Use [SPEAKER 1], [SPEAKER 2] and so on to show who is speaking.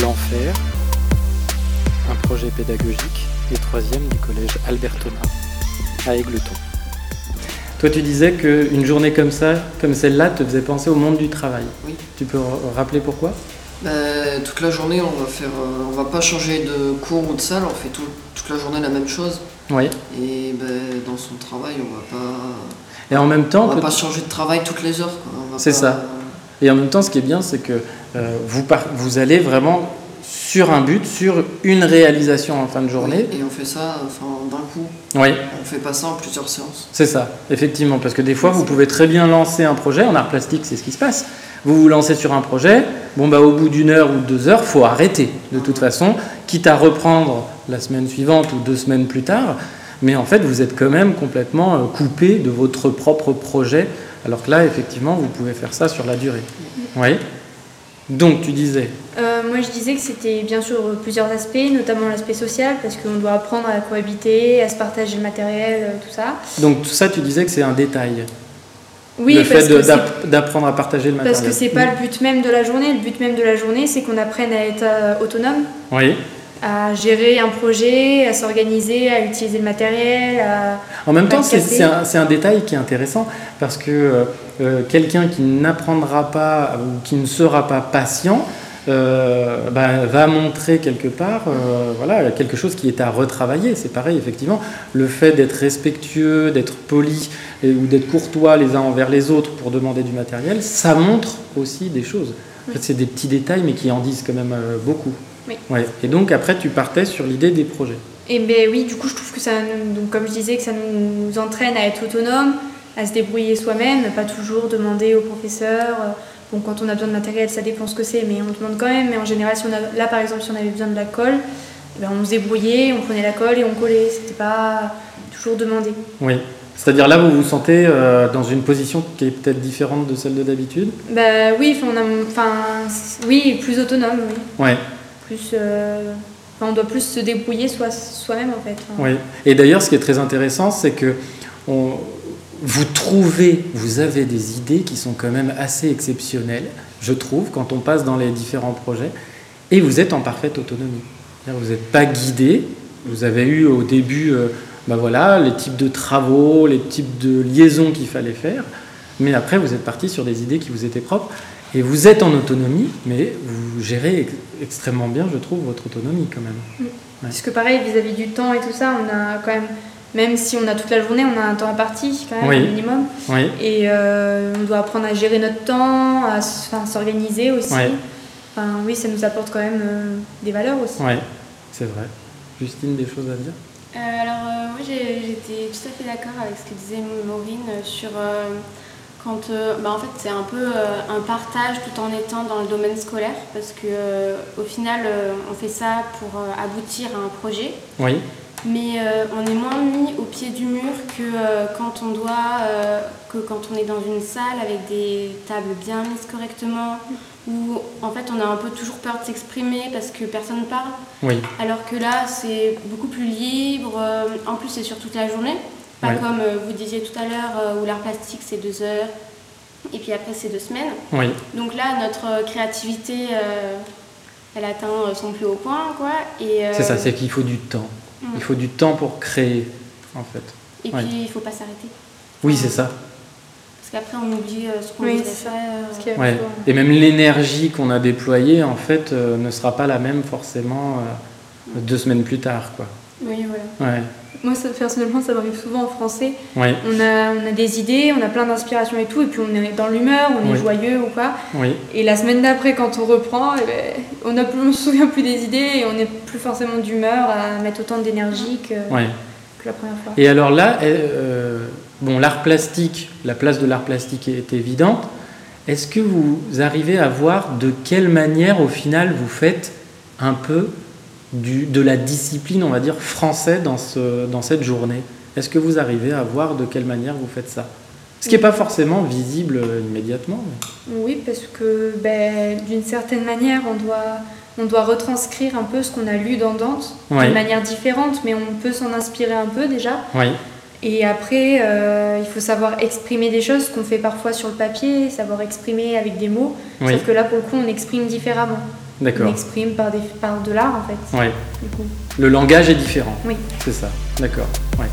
[SPEAKER 1] Combeferre, un projet pédagogique et troisième du collège Albert Thomas à Égleton. Toi, tu disais qu'une journée comme ça, comme celle-là, te faisait penser au monde du travail.
[SPEAKER 2] Oui.
[SPEAKER 1] Tu peux r- rappeler pourquoi
[SPEAKER 2] Ben, toute la journée, on va faire, euh, on va pas changer de cours ou de salle, on fait tout- toute la journée la même chose.
[SPEAKER 1] Oui.
[SPEAKER 2] Et ben, dans son travail, on va pas,
[SPEAKER 1] Et en même temps,
[SPEAKER 2] on va
[SPEAKER 1] peut-
[SPEAKER 2] pas changer de travail toutes les heures. quoi. On va
[SPEAKER 1] C'est
[SPEAKER 2] pas- euh,
[SPEAKER 1] ça. et en même temps, ce qui est bien, c'est que euh, vous, par- vous allez vraiment sur un but, sur une réalisation en fin de journée.
[SPEAKER 2] Oui, Et on fait ça, enfin, d'un coup.
[SPEAKER 1] Oui.
[SPEAKER 2] On fait pas ça en plusieurs séances.
[SPEAKER 1] C'est ça, effectivement, parce que des fois, vous pouvez très bien lancer un projet, en art plastique, c'est ce qui se passe. Vous vous lancez sur un projet, bon, bah, au bout d'une heure ou deux heures, faut arrêter, de toute façon, quitte à reprendre la semaine suivante ou deux semaines plus tard, mais en fait, vous êtes quand même complètement euh, coupé de votre propre projet, alors que là, effectivement, vous pouvez faire ça sur la durée. Oui Donc, tu disais,
[SPEAKER 3] Euh, moi, je disais que c'était bien sûr euh, plusieurs aspects, notamment l'aspect social, parce qu'on doit apprendre à cohabiter, à se partager le matériel, euh, tout ça.
[SPEAKER 1] donc tout ça, tu disais que c'est un détail,
[SPEAKER 3] Oui,
[SPEAKER 1] le
[SPEAKER 3] parce,
[SPEAKER 1] fait de-
[SPEAKER 3] que c'est-
[SPEAKER 1] d'app- d'apprendre à partager le matériel.
[SPEAKER 3] parce que c'est pas le but même de la journée. Le but même de la journée, c'est qu'on apprenne à être euh, autonome,
[SPEAKER 1] Oui.
[SPEAKER 3] à gérer un projet, à s'organiser, à utiliser le matériel. à-
[SPEAKER 1] En même temps,
[SPEAKER 3] Pas
[SPEAKER 1] c'est
[SPEAKER 3] de café.
[SPEAKER 1] c'est un, c'est un détail qui est intéressant parce que euh, euh, quelqu'un qui n'apprendra pas ou qui ne sera pas patient euh, ben, va montrer quelque part euh, voilà, quelque chose qui est à retravailler. C'est pareil, effectivement. Le fait d'être respectueux, d'être poli et- ou d'être courtois les uns envers les autres pour demander du matériel, ça montre aussi des choses. En fait, c'est des petits détails, mais qui en disent quand même euh, beaucoup.
[SPEAKER 3] Oui.
[SPEAKER 1] Ouais. Et donc, après, tu partais sur l'idée des projets.
[SPEAKER 3] Et ben oui, du coup, je trouve que ça, nous- donc comme je disais, que ça nous entraîne à être autonome, à se débrouiller soi-même, à pas toujours demander au professeur. euh, Bon, quand on a besoin de matériel, ça dépend ce que c'est, mais on demande quand même. Mais en général, si on a, là par exemple, si on avait besoin de la colle, eh ben, on se débrouillait, on prenait la colle et on collait. C'était pas toujours demandé.
[SPEAKER 1] Oui. C'est-à-dire là, vous vous sentez euh, dans une position qui est peut-être différente de celle de d'habitude
[SPEAKER 3] Bah oui, enfin, on a- enfin, c- oui, plus autonome, oui.
[SPEAKER 1] Oui.
[SPEAKER 3] Plus, euh, enfin, on doit plus se débrouiller soi- soi-même en fait. hein. Enfin,
[SPEAKER 1] oui. Et d'ailleurs, ce qui est très intéressant, c'est que on- vous trouvez, vous avez des idées qui sont quand même assez exceptionnelles, je trouve, quand on passe dans les différents projets, et vous êtes en parfaite autonomie. C'est-à-dire, Vous n'êtes pas guidé, vous avez eu au début euh, ben voilà, les types de travaux, les types de liaisons qu'il fallait faire, mais après, vous êtes parti sur des idées qui vous étaient propres. Et vous êtes en autonomie, mais vous gérez ex- extrêmement bien, je trouve, votre autonomie quand même.
[SPEAKER 3] Parce que pareil, vis-à-vis du temps et tout ça, on a quand même, même si on a toute la journée, on a un temps à partie quand même,
[SPEAKER 1] Oui.
[SPEAKER 3] un minimum.
[SPEAKER 1] Oui.
[SPEAKER 3] Et euh, on doit apprendre à gérer notre temps, à s- enfin, s'organiser aussi.
[SPEAKER 1] Ouais.
[SPEAKER 3] Enfin, oui, ça nous apporte quand même euh, des valeurs aussi.
[SPEAKER 1] Oui, c'est vrai. Justine, des choses à dire
[SPEAKER 4] Euh, alors, euh, moi, j'ai- j'étais tout à fait d'accord avec ce que disait Maureen euh, sur euh, quand. euh, bah, en fait, c'est un peu euh, un partage tout en étant dans le domaine scolaire parce que euh, au final, euh, on fait ça pour euh, aboutir à un projet,
[SPEAKER 1] Oui,
[SPEAKER 4] mais euh, on est moins mis au pied du mur que euh, quand on doit, euh, que quand on est dans une salle avec des tables bien mises correctement où en fait, on a un peu toujours peur de s'exprimer parce que personne parle.
[SPEAKER 1] oui,
[SPEAKER 4] Alors que là, c'est beaucoup plus libre. euh, En plus, c'est sur toute la journée. Pas
[SPEAKER 1] Ouais.
[SPEAKER 4] comme euh, vous disiez tout à l'heure, euh, où l'art plastique, c'est deux heures. Et puis après, c'est deux semaines.
[SPEAKER 1] oui,
[SPEAKER 4] Donc là, notre euh, créativité, euh, elle atteint euh, son plus haut point, quoi. Et, euh,
[SPEAKER 1] c'est ça, c'est qu'il faut du temps.
[SPEAKER 4] mm.
[SPEAKER 1] Il faut du temps pour créer, en fait.
[SPEAKER 4] Et
[SPEAKER 1] ouais.
[SPEAKER 4] puis, il faut pas s'arrêter.
[SPEAKER 1] Oui, c'est ça.
[SPEAKER 4] Parce qu'après, on oublie euh, ce qu'on
[SPEAKER 3] Oui,
[SPEAKER 4] voulait
[SPEAKER 3] c'est ça.
[SPEAKER 4] faire. euh.
[SPEAKER 3] Parce qu'il y a
[SPEAKER 1] Ouais.
[SPEAKER 3] toujours-
[SPEAKER 1] Et même l'énergie qu'on a déployée, en fait, euh, ne sera pas la même forcément euh, deux semaines plus tard, quoi.
[SPEAKER 4] Oui, voilà.
[SPEAKER 1] Ouais,
[SPEAKER 3] euh, Moi, ça, personnellement, ça m'arrive souvent en français.
[SPEAKER 1] oui,
[SPEAKER 3] On a, on a des idées, on a plein d'inspirations et tout, et puis on est dans l'humeur, on est
[SPEAKER 1] Oui.
[SPEAKER 3] joyeux ou pas.
[SPEAKER 1] oui.
[SPEAKER 3] Et la semaine d'après, quand on reprend, eh ben, on ne se souvient plus des idées et on n'est plus forcément d'humeur à mettre autant d'énergie que,
[SPEAKER 1] ouais.
[SPEAKER 3] que la première fois.
[SPEAKER 1] Et alors là, euh, bon, l'art plastique, la place de l'art plastique est évidente. Est-ce que vous arrivez à voir de quelle manière, au final, vous faites un peu du, de la discipline, on va dire, française dans, ce, dans cette journée Est-ce que vous arrivez à voir de quelle manière vous faites ça Ce qui n'est pas forcément visible euh, immédiatement. mais-
[SPEAKER 3] Oui, parce que ben, d'une certaine manière, on doit, on doit retranscrire un peu ce qu'on a lu dans Dante
[SPEAKER 1] Ouais.
[SPEAKER 3] d'une manière différente, mais on peut s'en inspirer un peu déjà.
[SPEAKER 1] Oui,
[SPEAKER 3] Et après, euh, il faut savoir exprimer des choses qu'on fait parfois sur le papier, savoir exprimer avec des mots.
[SPEAKER 1] oui,
[SPEAKER 3] Sauf que là, pour le coup, on exprime différemment. on
[SPEAKER 1] D'accord.
[SPEAKER 3] exprime par, des, par de l'art en fait.
[SPEAKER 1] Ouais.
[SPEAKER 3] Du coup.
[SPEAKER 1] Le langage est différent.
[SPEAKER 3] Oui.
[SPEAKER 1] C'est ça. D'accord. Ouais.